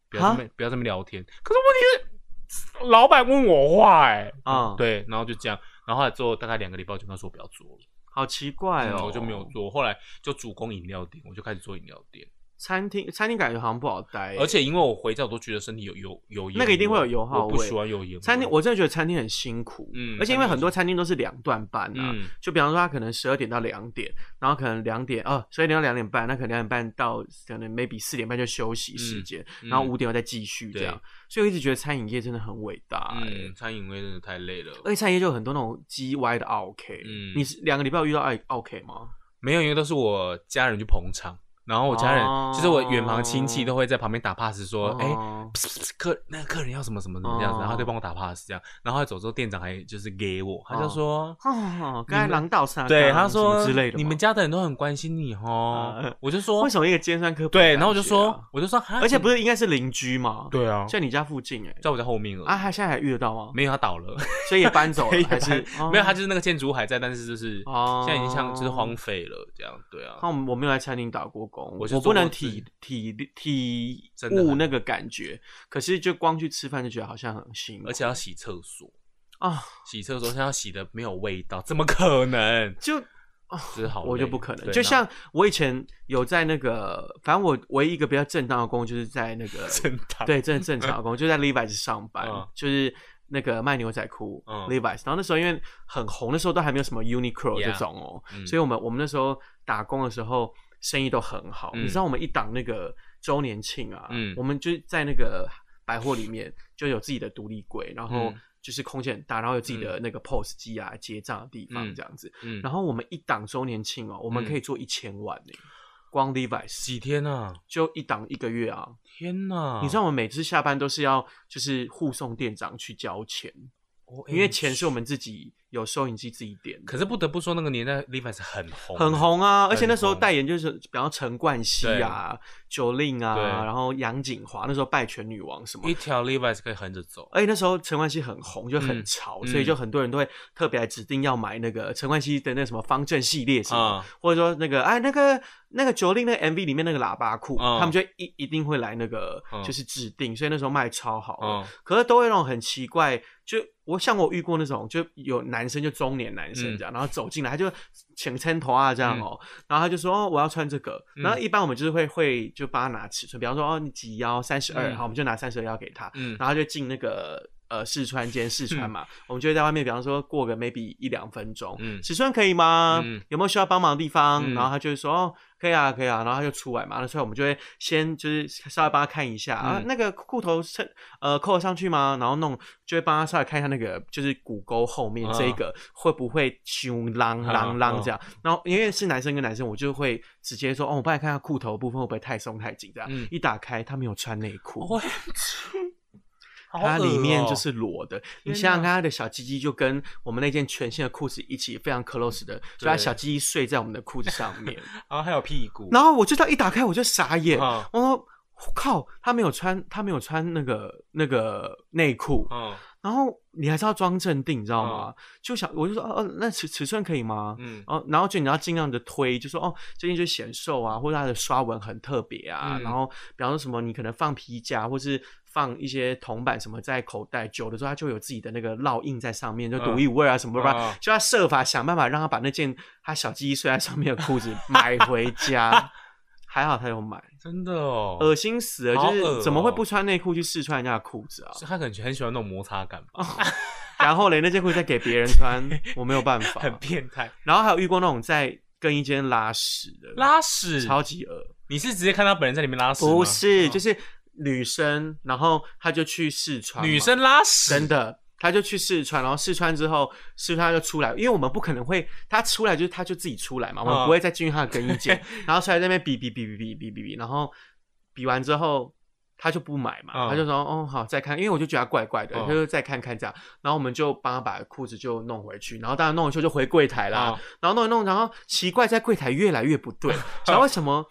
A: 不要这么不要这么聊天。可是问题是，老板问我话、哎、
B: 嗯
A: 对，然后就这样，然后后来之后大概两个礼拜我就跟他说不要做了，
B: 好奇怪哦，
A: 嗯我就没有做。后来就主攻饮料店，我就开始做饮料店，
B: 餐厅，餐厅感觉好像不好待，
A: 而且因为我回家我都觉得身体有油油烟味，
B: 哎那个一定会有油耗
A: 我不
B: 味
A: 喜欢油烟味。
B: 餐厅我真的觉得餐厅很辛苦，
A: 嗯
B: 而且因为很多餐厅都是两段半啊，
A: 嗯
B: 就比方说他可能十二点到两点，然后可能两点哦，十二点到两点半，那可能两点半到可能 maybe 四点半就休息时间，
A: 嗯
B: 然后五点又再继续这样
A: 对，
B: 所以我一直觉得餐饮业真的很伟大、欸。
A: 嗯，餐饮味真的太累了。
B: 而且餐饮业就有很多那种鸡歪的 OK，、
A: 嗯
B: 你是两个礼拜有遇到 I OK 吗？
A: 没有，因为都是我家人去捧场，然后我家人、
B: 哦
A: 就是我远房亲戚都会在旁边打 pass 说，哎、
B: 哦
A: 客那个客人要什么什么什么这样子，
B: 哦
A: 然后就帮我打 pass 这样，然后他走之后店长还就是给我，他就说。
B: 哦，刚才
A: 你们
B: 狼道上
A: 对，他说
B: 之类的吗，
A: 你们家的人都很关心你哦。
B: 啊
A: 我就说
B: 为什么一个尖酸刻薄的
A: 对，然后我就
B: 感觉
A: 说
B: 啊，
A: 我就说，哈
B: 而且不是应该是邻居吗？，
A: 对啊，
B: 在你家附近哎、欸，
A: 在我在后面而已。
B: 啊，他现在还遇得到吗？
A: 没有，他倒了，
B: 所以也搬 走
A: 没
B: 了，
A: 有
B: 还是
A: 他没有，他就是那个建筑物还在，但是就是
B: 哦
A: 现在已经像就是荒废了这样。对啊，
B: 那我们我没有在餐厅打过工，
A: 我
B: 我
A: 是
B: 不
A: 做
B: 能
A: 过
B: 体
A: 最
B: 体体
A: 真的
B: 悟
A: 很
B: 那个感觉，可是就光去吃饭就觉得好像很辛苦，
A: 而且要洗厕所，
B: 啊，
A: 洗厕所现在要洗的没有味道，怎么可能？
B: 就
A: 只好
B: 我
A: 累
B: 就不可能。
A: 对
B: 就
A: 那
B: 像我以前有在那个，反正我唯一一个比较正当的工就是在那 个
A: 真的，
B: 对，正正常 的工，就在 Levi's 上班，
A: 嗯
B: 就是那个卖牛仔裤、
A: 嗯
B: Levi's。然后那时候因为很红，那时候都还没有什么 Uniqlo
A: Yeah，
B: 这种哦
A: 嗯
B: 所以我们我们那时候打工的时候生意都很好。
A: 嗯
B: 你知道我们一档那个周年庆啊，
A: 嗯
B: 我们就在那个百货里面就有自己的独立柜，然后
A: 嗯
B: 就是空间很大，然后有自己的那个 POS 机啊、结账的地
A: 嗯
B: 方这样子。
A: 嗯，
B: 然后我们一档周年庆哦，我们
A: 嗯
B: 可以做一千万呢、光 Levi's
A: 几天啊？
B: 就一档一个月啊，
A: 天哪！
B: 你知道我们每次下班都是要就是护送店长去交钱，
A: OMG，
B: 因为钱是我们自己有收银机自己点的，
A: 哎可是不得不说，那个年代 Levi's 很红，欸
B: 很。红啊。
A: 很红
B: 而且那时候代言就是比方陈冠希啊、九令啊
A: 对，
B: 然后杨锦华那时候拜权女王什么哎
A: 一。条 Levi's 可以横着 走，
B: 而且那时候陈冠希很红，就很潮，
A: 嗯
B: 所以就很多人都会特别来指定要买那个陈冠希的那什么方正系列什么，
A: 嗯
B: 或者说那个哎那个那个九令那个 MV 里面那个喇叭裤，
A: 嗯
B: 他们就一一定会来那个、
A: 嗯
B: 就是指定，所以那时候卖超好的。
A: 嗯
B: 可是都会那种很奇怪，就我像我遇过那种，就有男生就中年男
A: 嗯
B: 生这样，然后走进来他就请撑头啊这样哦，然后他就说、哦、我要穿这个，
A: 嗯
B: 然后一般我们就是会会就帮他拿尺寸，比方说哦你几腰三十二，
A: 嗯
B: 好我们就拿三十二腰给他，
A: 嗯
B: 然后他就进那个。呃，试穿间试穿嘛，我们就会在外面，比方说过个 maybe 一两分钟，
A: 嗯
B: 尺寸可以吗？
A: 嗯
B: 有没有需要帮忙的地方？
A: 嗯
B: 然后他就会说哦，可以啊，可以啊，然后他就出来嘛，那出来我们就会先就是稍微帮他看一下、啊
A: 嗯，
B: 那个裤头衬呃扣得上去吗？然后弄就会帮他稍微看一下那个就是骨沟后面
A: 啊
B: 这一个、会不会胸啷啷啷这样，然后因为是男生跟男生，我就会直接说哦，我帮你看一下裤头的部分会不会太松太紧这样，
A: 嗯
B: 一打开他没有穿内裤。
A: 我
B: 它里面
A: 哦
B: 就是裸的，你
A: 天
B: 想想
A: 哪
B: 看，它的小鸡鸡就跟我们那件全新的裤子一起非常 close 的，所以它
A: 对
B: 小鸡鸡睡在我们的裤子上 面。
A: 然后还有屁股，
B: 然后我就这样一打开我就傻眼，
A: 嗯
B: 我说靠，他没有穿，他没有穿那个那个内裤，
A: 嗯
B: 然后你还是要装镇定，你知道
A: 啊
B: 吗？就想我就说哦、哦，那尺尺寸可以吗？
A: 嗯
B: 哦，然后就你要尽量的推，就说哦，最近就显瘦啊，或者它的刷纹很特别啊，
A: 嗯
B: 然后比方说什么，你可能放皮夹或是放一些铜板什么在口袋，久了之后它就有自己的那个烙印在上面，就独一无二啊什么吧，
A: 嗯
B: 就要设法想办法让他把那件他小鸡鸡睡在上面的裤子买回家。还好他有买，
A: 真的哦，
B: 恶心死了！
A: 好
B: 就
A: 恶
B: 是怎么会
A: 哦
B: 不穿内裤去试穿人家的裤子啊？
A: 是他可能很喜欢那种摩擦感 吧，
B: 然后嘞，那件裤子再给别人穿，我没有办法。
A: 很变态。
B: 然后还有遇过那种在更衣间拉屎的，
A: 拉屎，
B: 超级恶，
A: 你是直接看他本人在里面拉屎吗？
B: 不是，
A: 嗯
B: 就是女生，然后她就去试穿嘛，
A: 女生拉屎，
B: 真的。她就去试穿，然后试穿之后，试穿她就出来，因为我们不可能会，她出来就是她就自己出来嘛，我们
A: 嗯
B: 不会再进入她的更衣 间，然后出来在那边比比比比比比比比，然后比完之后，她就不买嘛，
A: 嗯
B: 她就说哦好再看，因为我就觉得她怪怪的，
A: 嗯
B: 她就再看看这样，然后我们就帮她把裤子就弄回去，然后当然弄回去就回柜台啦，
A: 嗯
B: 然后弄一弄，然后奇怪，在柜台越来越不 对，想为什么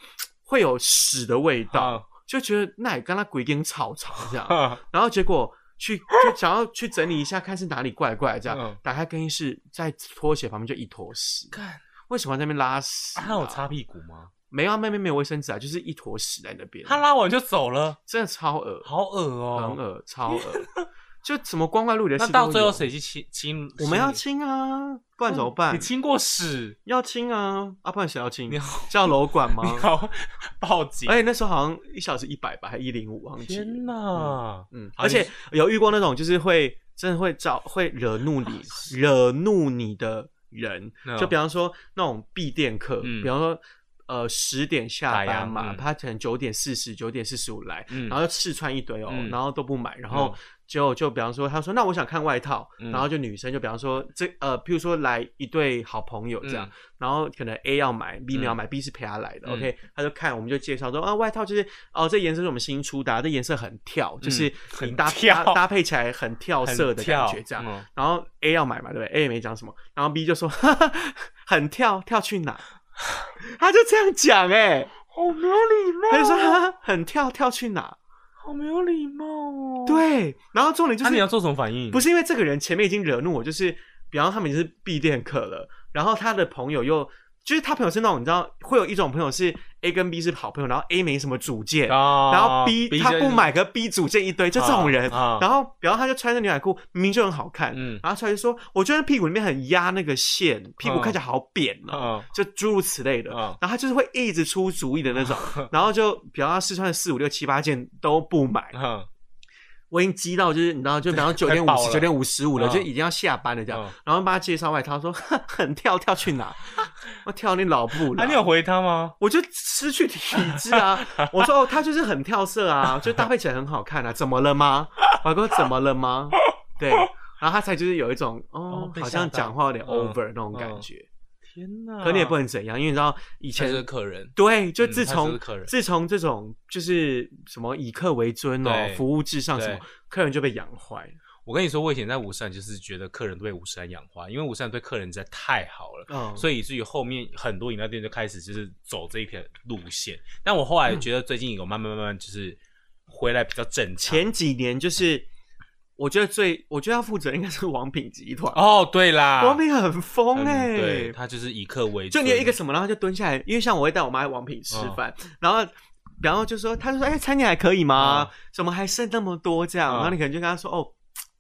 B: 会有屎的味
A: 啊
B: 道，就觉得那也跟他鬼跟吵吵这样，
A: 嗯
B: 然后结果去就想要去整理一下，看是哪里怪怪这
A: 嗯
B: 样，打开更衣室，在拖鞋旁边就一坨屎，
A: 干，
B: 为什么在那边拉屎、啊
A: 他有？擦屁股吗？
B: 没有、啊，妹妹没有卫生纸啊，就是一坨屎在那边，
A: 他拉完就走了，
B: 真的超恶，
A: 好恶
B: 很
A: 哦。
B: 恶，超恶， 就怎么光怪陆离的
A: 那
B: 事
A: 到
B: 都
A: 最后
B: 有
A: 谁去亲亲？
B: 我们要
A: 亲
B: 清啊，不
A: 你
B: 然怎么办
A: 你？亲过屎？
B: 要清啊，啊，不然谁要清
A: 你？好，
B: 叫楼管吗？
A: 你好，报警！
B: 哎而且那时候好像一小时一百吧，还一零五，忘记了。
A: 天哪！
B: 嗯，
A: 好
B: 而且有遇过那种就是会真的会招会惹怒你、惹怒你的人，
A: 啊嗯
B: 就比方说那种闭店客，
A: 嗯
B: 比方说呃十点下班
A: 打
B: 嘛，
A: 烊嗯
B: 他可能九点四十、九点四十五来，
A: 嗯
B: 然后就试穿一堆哦，
A: 嗯
B: 然后都不买，然后。就就比方说，他说那我想看外套，
A: 嗯
B: 然后就女生就比方说这呃，譬如说来一对好朋友这样，
A: 嗯
B: 然后可能 A 要买，B 没有买、b 是陪他来的、
A: 嗯
B: o k 他就看我们就介绍说啊，外套就是哦，这颜色是我们新出的啊、这颜色很跳，就是
A: 嗯很
B: 你搭
A: 跳嗯
B: 搭搭配起来很跳色的感觉这样。
A: 样，
B: 然后 A 要买嘛，对不对？A 也没讲什么，然后 B 就说哈哈，很跳，跳去哪？他就这样讲哎、
A: 好没有礼貌啊
B: 他就说哈哈，很跳，跳去哪？
A: 好没有礼貌哦。，
B: 对，然后重点就
A: 那啊
B: 是
A: 你要做什么反应？
B: 不是因为这个人前面已经惹怒我，就是比方他们已经是闭店客了，然后他的朋友又就是他朋友是那种你知道，会有一种朋友是 A 跟 B 是好朋友，然后 A 没什么主见，
A: 哦
B: 然后 B 他
A: 就
B: 不买个 B 组件一堆，就这种人。
A: 啊啊
B: 然后，然后他就穿着牛仔裤，明明就很好看，
A: 嗯
B: 然后出来就说：“我觉得屁股里面很压那个线，屁
A: 啊
B: 股看起来好扁哦。
A: 嗯
B: 就诸如此类的。
A: 嗯
B: 然后他就是会一直出主意的 那种，然后就比方他试穿了四五六七八件都不买，
A: 嗯
B: 我已经激到就是你知道，就比方九
A: 快
B: 点五
A: 爆
B: 十、
A: 了
B: 九点五十五了，
A: 嗯
B: 就已经要下班了这样。
A: 嗯
B: 然后帮他介绍外套，说很跳跳去哪？ 我跳你老布了。
A: 啊，你有回他吗？
B: 我就失去体质啊！ 我说哦，他就是很跳色啊，就搭配起来很好看啊，怎么了吗？我哥怎么了吗？对，然后他才就是有一种哦
A: 哦，被
B: 好像
A: 吓到
B: 讲话有点
A: 嗯
B: over 那种感觉，
A: 天哪！
B: 可你也不能怎样，因为你知道以
A: 他就是
B: 前
A: 客人，
B: 对，就
A: 嗯
B: 自
A: 他
B: 从
A: 是客人
B: 自从这种就是什么以客为尊哦，
A: 对
B: 服务至上什么
A: 对，
B: 客人就被养坏
A: 我跟你说，我以前在武山就是觉得客人对武山养花，因为武山对客人实在太好了。
B: 了，嗯，
A: 所以以至于后面很多饮料店就开始就是走这一条路线，但我后来觉得最近有慢慢慢慢就是回来比较正常。
B: 前几年就是我觉得最我觉得要负责应该是王品集团，
A: 哦，对啦，
B: 王品很疯
A: 嗯
B: 哎，
A: 对，他就是以客为
B: 就
A: 尊，
B: 你有一个什么，然后就蹲下来，因为像我会带我妈来王品吃
A: 嗯
B: 饭，然后然后就说，他就说，哎、餐点还可以吗？怎么还剩那么多这样？
A: 嗯
B: 然后你可能就跟他说，哦。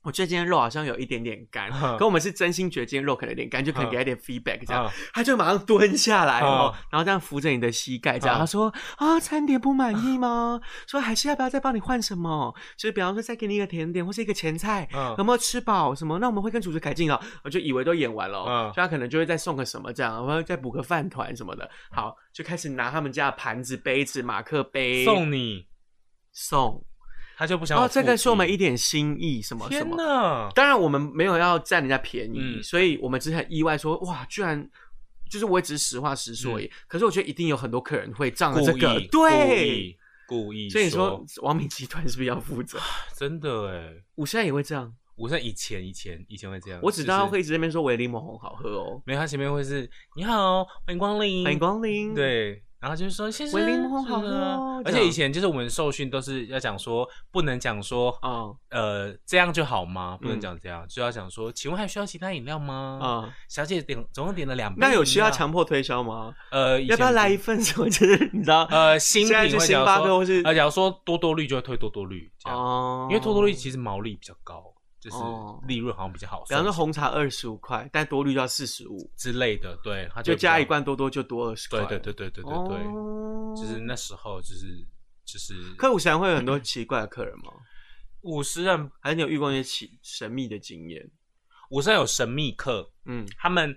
B: 我觉得今天肉好像有一点点干，
A: 嗯
B: 可我们是真心觉得今天肉可能有点干，就可
A: 嗯
B: 能给他一点 feedback 这样
A: 嗯，
B: 他就马上蹲下来哦
A: 嗯，
B: 然后这样扶着你的膝盖这
A: 嗯
B: 样，他说啊，餐点不满意吗？ 说还是要不要再帮你换什么？就是比方说再给你一个甜点或是一个前菜，
A: 嗯
B: 有没有吃饱什么？那我们会跟主持改进啊。我就以为都演完了哦，
A: 嗯
B: 所以他可能就会再送个什么这样，然后再补个饭团什么的。好，就开始拿他们家的盘子、杯子、马克杯
A: 送你，
B: 送。
A: 他就不想
B: 然
A: 我
B: 后哦这个是我们一
A: 付
B: 点心意，什么
A: 出
B: 什
A: 天
B: 么。
A: 哪，
B: 当然，我们没有要占人家便宜，
A: 嗯
B: 所以我们只是很意外说，哇，居然。就是我也只是实话实说而已，可是我觉得一定有很多客人会仗着
A: 嗯故
B: 这个
A: 意
B: 对，
A: 故意故意，
B: 所以你
A: 说
B: 说王品集团是不是要 负责？
A: 真的哎，
B: 我现在也会这样，
A: 我在以前以前以前会这样，
B: 我只知
A: 就
B: 道他
A: 嗯是
B: 会一直在那边说维柠檬红好喝哦，
A: 没有，他前面会是你好，欢迎光临，
B: 欢迎光
A: 嗯
B: 临。，
A: 对，然后就是说先生，
B: 微柠檬
A: 是
B: 好喝
A: 的
B: 哦
A: 而
B: 这
A: 且
B: 样
A: 以前就是我们受训都是要讲说，不能讲说
B: 啊
A: 呃这样就好吗？不能
B: 嗯
A: 讲这样，就要讲说，请问还需要其他饮料吗？
B: 啊，
A: 小姐点总共点了两杯饮料，
B: 那有需要强迫推销吗？
A: 呃以
B: 要不要
A: 前
B: 来
A: 是
B: 一份什么？就是你知道，
A: 呃新
B: 现在
A: 品
B: 去
A: 会
B: 星
A: 讲
B: 巴克
A: 说，
B: 或是
A: 呃假如说多多绿就会推多多绿这样，
B: 哦
A: 因为多多绿其实毛利比较高，就是
B: 哦
A: 利润好像比较好，
B: 比方说红茶二十五块，但多绿就要四十五，
A: 之类的，对，它
B: 就
A: 会比
B: 加
A: 较
B: 一，罐多多就多二十块。
A: 对对对对对对对，
B: 哦
A: 就是那时候就是就是
B: 客户山会有很多奇怪的客人吗？
A: 五十人
B: 还是你有遇过一些奇神秘的经验？
A: 五十人有神秘客，
B: 嗯，
A: 他们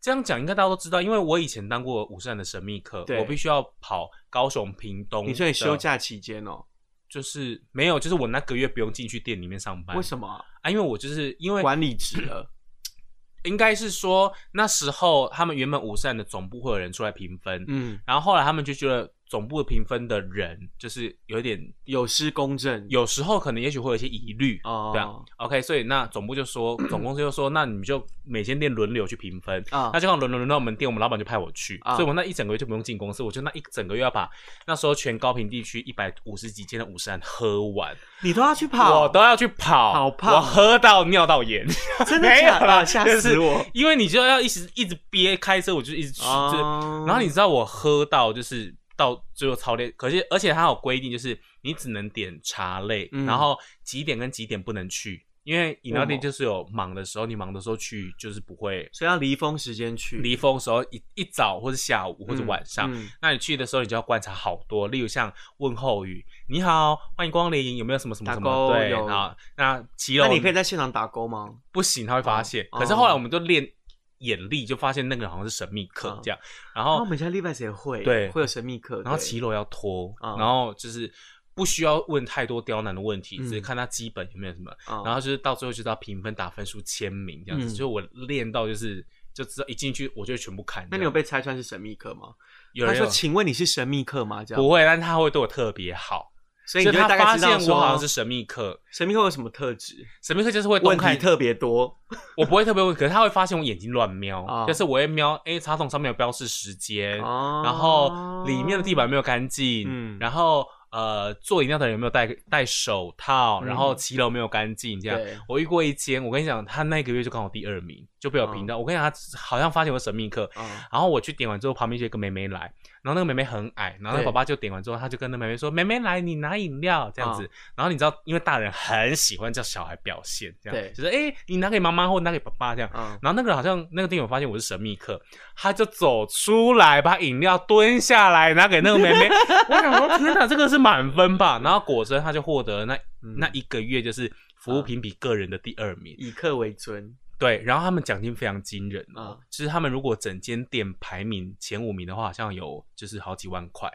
A: 这样讲应该大家都知道，因为我以前当过五十人的神秘客，
B: 对
A: 我必须要跑高雄、屏东。
B: 你说你休假期间哦，
A: 就是没有，就是我那个月不用进去店里面上班。
B: 为什么啊
A: 啊？因为我就是因为
B: 管理职了？
A: 应该是说那时候他们原本五十人的总部会有人出来评分，
B: 嗯，
A: 然后后来他们就觉得总部评分的人就是有点。
B: 有失公正
A: 有时候可能也许会有一些疑虑，
B: 哦
A: 对啊，OK，所以那总部就说，总公司就说，那你们就每间店轮流去评分，
B: 啊
A: 那就刚好轮轮轮到我们店，我们老板就派我去，
B: 啊
A: 所以我那一整个月就不用进公司，我就那一整个月要把那时候全高平地区一百五十几间的五十案喝完，
B: 你都要去跑，
A: 我都要去跑，
B: 好胖
A: 我喝到尿道炎，
B: 真的
A: 没有
B: 假
A: 啦，
B: 的？吓
A: 就
B: 死
A: 是
B: 我！
A: 因为你就要一直一直憋，开车我就一直去，就是
B: 哦
A: 然后你知道我喝到就是到最后超累，可是而且它有规定，就是你只能点茶类，
B: 嗯
A: 然后几点跟几点不能去，因为饮料
B: 为什
A: 店
B: 么
A: 就是有忙的时候，你忙的时候去就是不会
B: 所以要离峰时间去，
A: 离峰的时候一一早或是下午或是晚上。
B: 嗯嗯
A: 那你去的时候，你就要观察好多，例如像问候语“你好，欢迎光临”，有没有什么什么什
B: 打勾
A: 么？对
B: 有
A: 啊，那骑楼
B: 那你可以在现场打勾吗？
A: 不行，他会发现。
B: 哦
A: 可是后来我们就练眼力，就发现那个人好像是神秘客
B: 哦
A: 这样。然后
B: 哦，我们家礼拜谁会？
A: 对
B: 会有神秘客，
A: 然后
B: 对
A: 骑楼要脱，
B: 嗯
A: 然后就是不需要问太多刁难的问题，
B: 嗯
A: 只是看他基本有没有什么，
B: 嗯
A: 然后就是到最后就是要评分、打分数、签名这样子。
B: 嗯
A: 所以我练到就是就知道一进去我就全部看。
B: 那你有被拆穿是神秘客吗？
A: 有
B: 他
A: 人
B: 说：“
A: 有
B: 请问你是神秘客吗？”这样
A: 不，会，但他会对我特别好，
B: 所以你
A: 所
B: 就
A: 以他
B: 大概
A: 发
B: 知道
A: 现我好像
B: 说
A: 是神秘客，
B: 神秘客有什么特质？
A: 神秘客就是会东
B: 问
A: 看
B: 题特别多
A: 我不会特别问，可是他会发现我眼睛乱瞄，
B: 哦
A: 就是我会瞄，哎、插桶上面有标示时间，
B: 哦
A: 然后里面的地板没有干净，
B: 嗯
A: 然后呃做饮料的人有没有戴戴手套，然后骑楼没有干净这样。
B: 嗯对，
A: 我遇过一间，我跟你讲，他那个月就刚好第二名，就被我评
B: 哦
A: 到。我跟你讲，他好像发现我神秘客，
B: 嗯
A: 然后我去点完之后，旁边就有一个妹妹来，然后那个妹妹很矮，然后那
B: 对
A: 爸爸就点完之后，他就跟那妹妹说：“妹妹来，你拿饮料。”这
B: 哦
A: 样子。然后你知道，因为大人很喜欢叫小孩表现，这样
B: 对
A: 就是哎、你拿给妈妈或拿给爸爸这样。
B: 嗯，
A: 然后那个人好像那个店员发现我是神秘客，他就走出来把饮料蹲下来拿给那个妹 妹。我想说天哪，这个是满分吧？然后果真他就获得了那
B: 嗯啊
A: 那一个月就是服务评比个人的第二名。
B: 以客为尊，
A: 对，然后他们奖金非常惊人哦，
B: 嗯
A: 就是他们如果整间店排名前五名的话，好像有就是好几万块，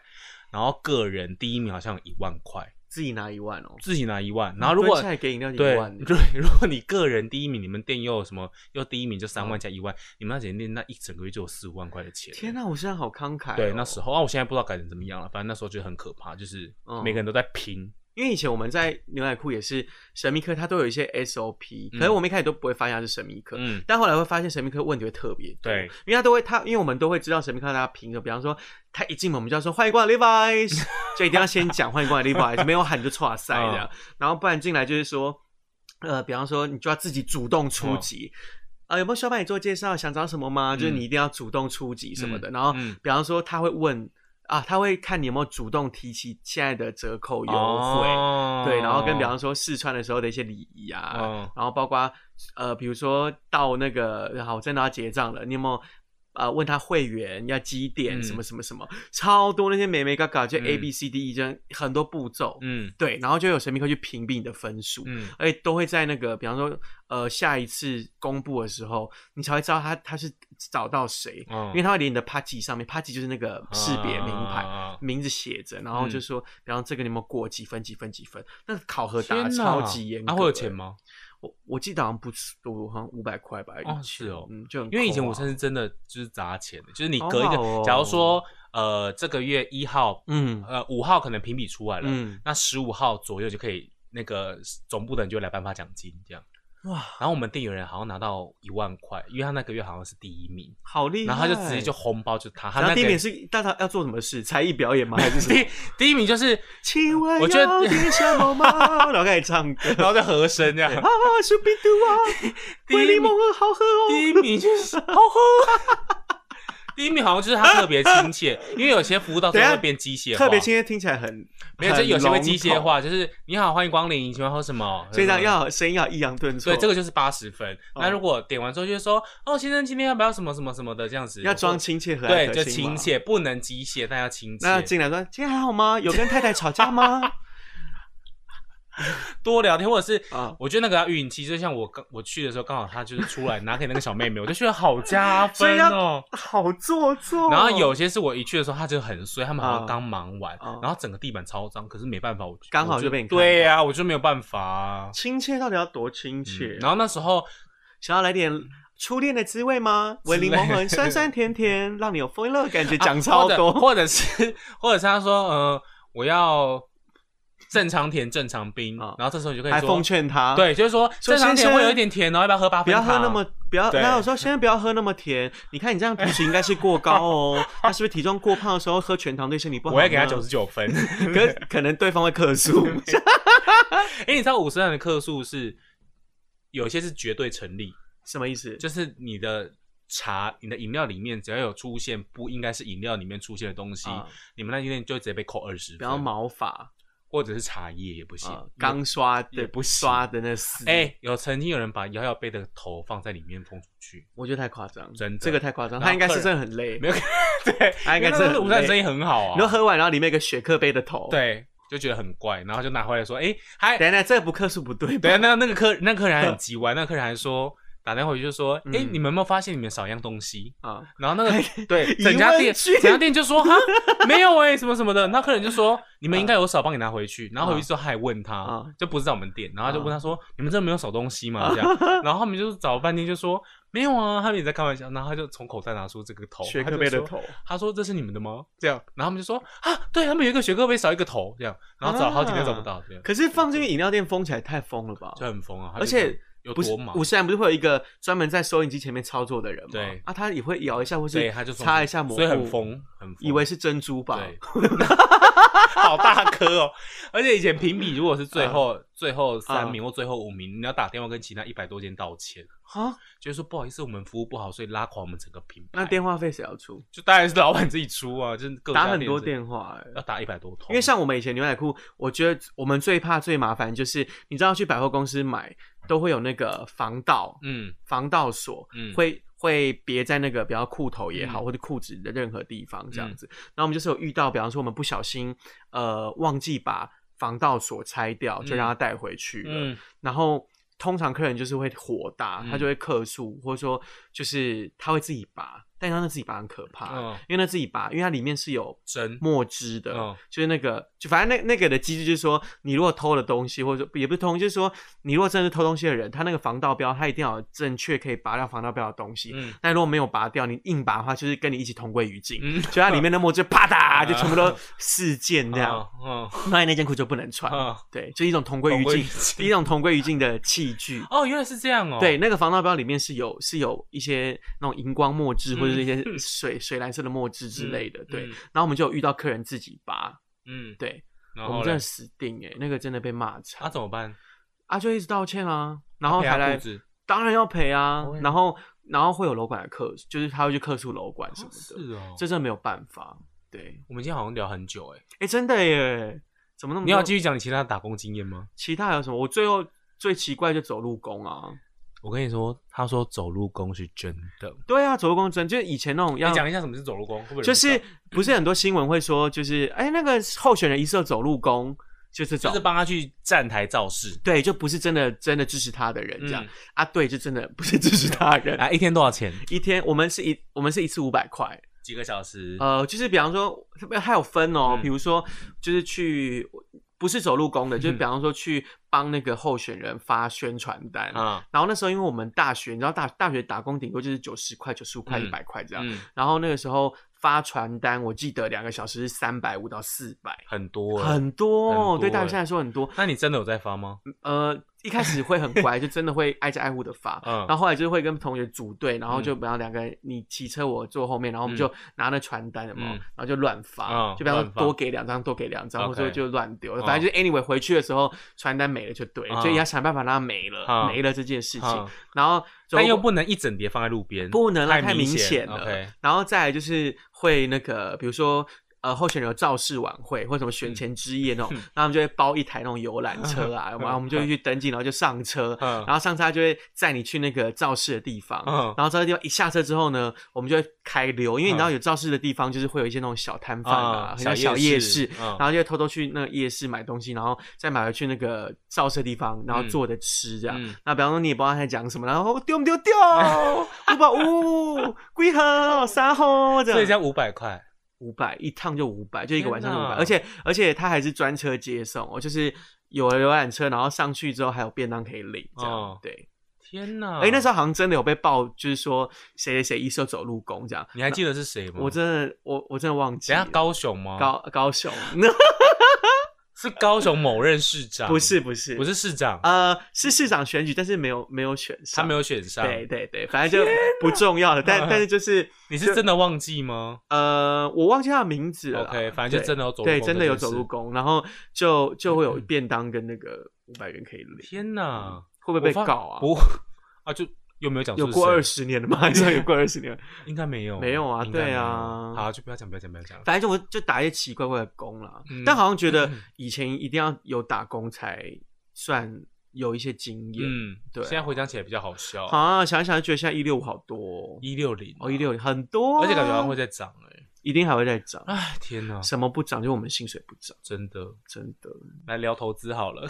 A: 然后个人第一名好像有一万块，
B: 自己拿一万哦。
A: 自己拿一万，然后如果
B: 蹲下来给饮料就
A: 对
B: 一万，
A: 对，如果 你个人第一名，你们店又有什么又第一名就三万加一万，你们那间店那一整个月就有四五万块的钱。
B: 嗯天哪、我现在好慷慨、哦。
A: 对，那时候啊，我现在不知道改成怎么样了，反正那时候就很可怕，就是
B: 嗯
A: 每个人都在拼，
B: 因为以前我们在牛仔裤也是神秘客，它都有一些 SOP，、
A: 嗯
B: 可是我们一开始都不会发现它是神秘客，
A: 嗯，
B: 但后来会发现神秘客问题会特别多，
A: 对，
B: 因为他都会他，因为我们都会知道神秘客他凭着，比方说他一进门我们就要说欢迎光 临 Levi's，就一定要先讲欢迎光临 Levi's，没有喊就错赛这
A: 嗯
B: 样，然后不然进来就是说，呃，比方说你就要自己主动出
A: 嗯
B: 击。啊、有没有需要帮你做介绍？想找什么吗？就是你一定要主动出击什么的。
A: 嗯
B: 然后
A: 嗯，
B: 比方说他会问啊，他会看你有没有主动提起现在的折扣优惠，
A: 哦
B: 对，然后跟比方说试穿的时候的一些礼仪啊，
A: 嗯
B: 然后包括呃，比如说到那个，然后我真的要结账了，你有没有？呃，问他会员要几点，
A: 嗯
B: 什么什么什么，超多那些美眉嘎嘎，就
A: 嗯
B: A B C D E，这样很多步骤，
A: 嗯
B: 对，然后就有神秘客去评比你的分数，
A: 嗯
B: 而且都会在那个，比方说，呃，下一次公布的时候，你才会知道他他是找到谁，
A: 嗯
B: 因为他会连你的 p a 上面 p a 就是那个识别名牌，
A: 啊
B: 名字写着，然后
A: 嗯
B: 就说，比方这个你有没有过几分几分几分，那个考核
A: 天哪
B: 答超级严格。
A: 啊，会有钱？吗？
B: 我我记得好像不是，我好像五百块吧。
A: 哦
B: 一千
A: 是哦
B: 嗯，就很
A: 因为以前
B: 抠啊
A: 我甚至真的就是砸钱的，就是你
B: 好
A: 隔一个，
B: 好哦
A: 假如说呃这个月一号，
B: 嗯
A: 呃五号可能评比出来了，
B: 嗯
A: 那十五号左右就可以那个总部的人就会来颁发奖金这样。
B: 哇，
A: 然后我们店有人好像拿到一万块，因为他那个月好像是第一名，
B: 好厉害，
A: 然后他就直接就。红包就他，他
B: 然
A: 那个
B: 后第一名是大家要做什么事？才艺表演吗？还是什么？
A: 第第一名就是，
B: 请问
A: 我觉得。
B: 要点什么吗？然后开始唱歌
A: 然后就和声这样，
B: 啊，是冰毒 啊，
A: 第
B: 威
A: 一
B: 力
A: 名
B: 梦二好喝哦。
A: 第一名就是好喝。 第一名好像就是他特别亲切，因为有些服务到最后
B: 等一
A: 会
B: 下
A: 变机械化，
B: 特别亲切，听起来很
A: 没有，就有些会机械，
B: 很笼
A: 化，就是你好，欢迎光临，请问喝什么？
B: 统所以这样要声音要抑扬顿挫。
A: 对，这个就是八十分。
B: 哦
A: 那如果点完之后就是说，哦，先生今天要不要什么什么什么的这样子，
B: 要装
A: 亲，
B: 亲切和蔼
A: 对，
B: 可
A: 就
B: 亲嘛
A: 亲切，不能机械，但要亲
B: 那
A: 切，
B: 进来说：“今天还好吗？有跟太太吵架吗。
A: 多聊天，或者是？”
B: 啊，
A: 我觉得那个要运气，就像我刚我去的时候，刚好他就是出来拿给那个小妹妹，我就觉得好加
B: 所以
A: 分
B: 要
A: 哦。
B: 好做作。
A: 然后有些是我一去的时候，他就很衰，他们好像刚忙完
B: 啊啊，
A: 然后整个地板超脏，可是没办法，我就
B: 刚好就
A: 我
B: 被你看到
A: 对呀，我就没有办法啊。
B: 亲切到底要多亲切？
A: 嗯然后那时候
B: 想要来点初恋的滋味吗？闻柠檬
A: 之类
B: 痕，
A: 的
B: 酸酸甜甜，让你有欢乐的感觉，
A: 啊
B: 讲超
A: 或者
B: 多。
A: 或者是或者是他说，呃，我要正常甜正常冰，
B: 啊
A: 然后这时候你就可以
B: 还
A: 说
B: 奉，劝他，，
A: 对，就是说
B: 说
A: 正常
B: 先
A: 甜
B: 生
A: 会有一点甜哦，要不要喝八
B: 不
A: 分
B: 要
A: 糖？
B: 喝那么不要。
A: 对
B: 然后我说：“先生，不要喝那么甜。你看你这样体脂应该是过 高哦。他是不是体重过胖的时候喝全糖对身体不好？”
A: 我会给他九十，九 分。
B: 可可能对方会克 数。
A: 哎、你知道五十人的克数是有些是绝对成立，
B: 什么意思？
A: 就是你的茶、你的饮料里面只要有出现不应该是饮料里面出现的东西，
B: 啊
A: 你们那间店就会直接被扣二十
B: 不要
A: 分，
B: 毛发，
A: 或者是茶叶也不行
B: 啊，刚刷
A: 也
B: 的
A: 不行
B: 刷的那丝。
A: 哎、有曾经有人把摇摇杯的头放在里面风出去，
B: 我觉得太夸张，
A: 真的
B: 这个太夸张，
A: 然后
B: 他应该
A: 客
B: 是
A: 人
B: 真的很累。
A: 没有 对，
B: 他应该
A: 因
B: 是
A: 为那个
B: 很
A: 午餐
B: 累
A: 生意很好啊，
B: 你都喝完，然后里面有个雪克杯的头。，
A: 对，就觉得很怪，然后就拿回来说，哎、还
B: 等一下这个不克数不对吧
A: 等一下？那那个客那客人还很急歪，那客人还说打电话回去就说，哎、
B: 嗯
A: 你们有没有发现你们少一样东西？
B: 啊，
A: 然后那个 对
B: 疑
A: 整家
B: 问
A: 店
B: 句
A: 整家店就 说哈没有哎、什么什么的，那客人就说你们应
B: 嗯
A: 该有少，帮你拿回去。然后回去之后他还问他，
B: 啊
A: 就不是在我们店，然
B: 嗯
A: 后他就问他说、你们真的没有少东西 吗？这样，然后他们就找了半天就说没有啊，他们也在开玩笑。然后他就从口袋拿出这个头，
B: 雪
A: 哦他
B: 克
A: 就
B: 杯的
A: 说
B: 头，
A: 他说这是你们的吗？这样，然后他们就说啊，对他们有一个学科杯少一个
B: 啊
A: 头这样，然后找了好几天找不到，这样
B: 可是放进饮料店封起来太疯了吧？
A: 就很疯啊。他就
B: 而且
A: 有
B: 不是
A: 多忙
B: 五？十岚不是会有一个专门在收音机前面操作的人吗？
A: 对
B: 啊，他也会摇一下，或
A: 对，
B: 是
A: 他就从
B: 擦一下模糊，
A: 所以很疯，很疯
B: 以为是珍珠吧？
A: 对， 好大颗哦！而且以前评比如果是最后、
B: 嗯
A: 最后三名或最后五名，你要打电话跟其他一百多间道歉，
B: 啊，
A: 就是说不好意思，我们服务不好，所以拉垮我们整个品牌。
B: 那电话费谁要出？
A: 就当然是老板自己出啊，就是哎各家
B: 打很多
A: 店哦
B: 电话、欸，
A: 要打一百多通，
B: 因为像我们以前牛仔裤，我觉得我们最怕最麻烦就是，你知道去百货公司买都会有那个防盗
A: 嗯
B: 防盗锁，
A: 嗯
B: 会会别在那个比较裤头也好，
A: 嗯
B: 或者裤子的任何地方这样子。然后我们就是有遇到，比方说我们不小心呃忘记把防盗锁拆掉，
A: 嗯
B: 就让它带回去了。
A: 嗯
B: 然后通常客人就是会火大，
A: 嗯
B: 他就会客诉，或者说就是他会自己拔，但他那自己拔很可怕，
A: 嗯
B: 因为那自己拔，因为它里面是有
A: 针
B: 墨汁的，
A: 嗯
B: 就是那个，就反正那那个的机制就是说，你如果偷了东西，或者说也不是偷，就是说你如果真的是偷东西的人，他那个防盗标，他一定要有正确可以拔掉防盗标的东西。
A: 嗯
B: 但如果没有拔掉，你硬拔的话，就是跟你一起同归于尽。
A: 嗯，
B: 就它里面的墨汁啪嗒，
A: 嗯
B: 就全部都四溅这样，
A: 嗯
B: 那你那件裤就不能穿。
A: 嗯，
B: 对，就一种同归于
A: 同归于
B: 尽，
A: 尽
B: 一种同归于尽的器具。
A: 哦，原来是这样哦，
B: 对，，那个防盗标里面是有是有一些那种荧光墨汁或者是一些水、水蓝色的墨汁之类的。对，
A: 嗯
B: 然后我们就有遇到客人自己拔，
A: 嗯，
B: 对
A: 然
B: 我
A: 后
B: 们真
A: 嘞
B: 的死定哎、那个真的被骂惨
A: 啊怎么办？
B: 啊，就一直道歉啊，然后
A: 赔
B: 还
A: 他
B: 来
A: 裤，子
B: 当然要赔啊
A: 哦，
B: 然后然后会有楼管来客，就是他会去客诉楼管什么
A: 哦
B: 的，
A: 是哦，
B: 这真的没有办法。对，
A: 我们今天好像聊很久哎，
B: 哎、真的耶，怎么那么
A: 你要
B: 多
A: 继续讲你其他的打工经验吗？
B: 其他还有什么？我最后最奇怪就走路工啊，
A: 我跟你说，他说走路工是真的。
B: 对啊，走路工真就是以前那种要
A: 你。讲一下什么是走路工，会不会有人不
B: 就是
A: 知道
B: 不是很多新闻会说，就是哎、那个候选人疑似有走路工，就是走、
A: 就是帮他去站台造势，
B: 对，就不是真的真的支持他的人这样、
A: 嗯
B: 啊，对，就真的不是支持他 的人。
A: 啊来一天多少钱？
B: 一天我们是一我们是一次五百块，
A: 几个小时？
B: 呃，就是比方说还有分哦，
A: 嗯
B: 比如说就是去不是走路工的，就是
A: 嗯
B: 比方说去帮那个候选人发宣传单。
A: 啊，
B: 然后那时候因为我们大学，你知道大大学打工顶多就是九十块、九十五块、
A: 嗯
B: 一百块这样。
A: 嗯，
B: 然后那个时候发传单，我记得两个小时是三百五到四百，
A: 很多欸。
B: 很多
A: 很
B: 哦，
A: 多
B: 对大学
A: 欸
B: 生来说很多。
A: 那你真的有在发吗？
B: 呃，一开始会很 乖，就真的会挨家挨户的发。
A: 嗯
B: 然后后来就会跟同学组队，然后就比方两个人你骑车我坐后面，然后我们就拿那传单，有没有
A: 嗯
B: 然后就乱发，
A: 嗯
B: 就比方
A: 乱
B: 说
A: 发
B: 多给两张，多给两张，或
A: OK
B: 者就乱丢，
A: 嗯
B: 反正就是 anyway 回去的时候传单没了就对了，
A: 嗯
B: 所以要想办法让它没了，
A: 嗯
B: 没了这件事情
A: 啊，，
B: 然后
A: 但又
B: 走
A: 不能一整叠放在路边，
B: 不能啊啦，太
A: 太
B: 明
A: 显
B: 了
A: OK，。
B: 然后再来就是会那个，比如说。呃，候选人有造势晚会或什么
A: 嗯
B: 选前之夜那种，那、他们就会包一台那种游览 车啊，然后我们就会去登记，然后就上车，
A: 嗯
B: 然后上车他就会载你去那个肇事的地方，
A: 嗯
B: 然后肇事地方一下车之后呢，我们就会开溜，因为你知道
A: 嗯
B: 有肇事的地方就是会有一些那种小摊贩啊，
A: 嗯
B: 很像小夜
A: 夜
B: 市，
A: 嗯
B: 然后就会偷偷去那个夜市买东西，然后再买回去那个肇事的地方，然后做着吃这样。
A: 嗯
B: 那比方说你也不知道他在讲什么，然后丢不丢丢，五百五，贵和三吼这
A: 所以
B: 样。
A: 要五百块，
B: 五百一趟就五百，就一个晚上就五
A: 天
B: 百，
A: 哪
B: 而且而且他还是专车接送哦，就是有了游览车，然后上去之后还有便当可以领，这样、
A: 哦
B: 对。
A: 天哪！
B: 哎、那时候好像真的有被爆，就是说谁谁谁一手走路工这样。
A: 你还记得是谁吗？
B: 我真的，我我真的忘
A: 嗯
B: 记
A: 等
B: 了。
A: 下高哦雄吗？
B: 高高雄， 那
A: 是高雄某任市长，
B: 不是不是
A: 不是市长，
B: 呃，是市长选举，但是没有没有选
A: 他
B: 上，
A: 没有选上。
B: 对对对，反正就不重要了。 但但是就是
A: 你是真的忘记吗
B: 呃，我忘记他的名字了啦。
A: ？OK，反正就
B: 对
A: 真的有走路
B: 啊对，
A: 工
B: 真的
A: 这
B: 有
A: 件
B: 走路
A: 事。嗯
B: 工，然后就就会有便当跟那个五百元可以领，
A: 天哪！
B: 会不会
A: 我
B: 被
A: 发
B: 告啊？
A: 不 啊，就又没有讲
B: 有
A: 是
B: 过
A: 谁
B: 二，十年了吗？还是有过二十年？
A: 应该没有，
B: 没有啊
A: 应该
B: 对
A: 没有
B: 啊
A: 好，就不要讲，不要讲，不要讲。
B: 反正就我就打一些奇怪怪的工啦，
A: 嗯
B: 但好像觉得以前一定要有打工才算有一些经验、
A: 嗯，
B: 对啊
A: 现在回想起来比较好笑。
B: 啊。想一想就觉得现在一六五好多
A: 一六零，
B: 哦，哦一，六哦很多啊、
A: 而且感觉好像会再涨哎。
B: 一定还会再涨。
A: 哎，天哪，
B: 什么不涨？就我们薪水不涨，
A: 真的，
B: 真的
A: 来聊投资好 了，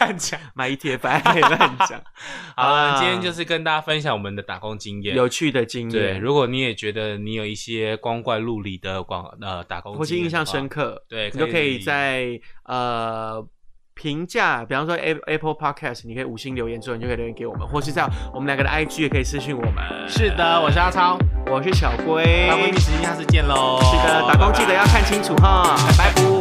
A: 乱讲。
B: 买 E ETF 也乱讲，
A: 好
B: 啊
A: 了，今天就是跟大家分享我们的打工经验。
B: 有趣的经
A: 对，
B: 验，
A: 如果你也觉得你有一些光怪陆离的广呃打工，
B: 或是印象深
A: 刻，
B: 刻，
A: 对，
B: 你就可以在呃评价，比方说 App- Apple Podcast，你可以五星留言之后，你就可以留言给我们，或是在我们两个的 IG 也可以私讯我们。
A: 是的，我是阿超，
B: 我是小龟，
A: 打工蜜时间下次见喽。
B: 是的，打工记得要看清楚哈，
A: 拜拜。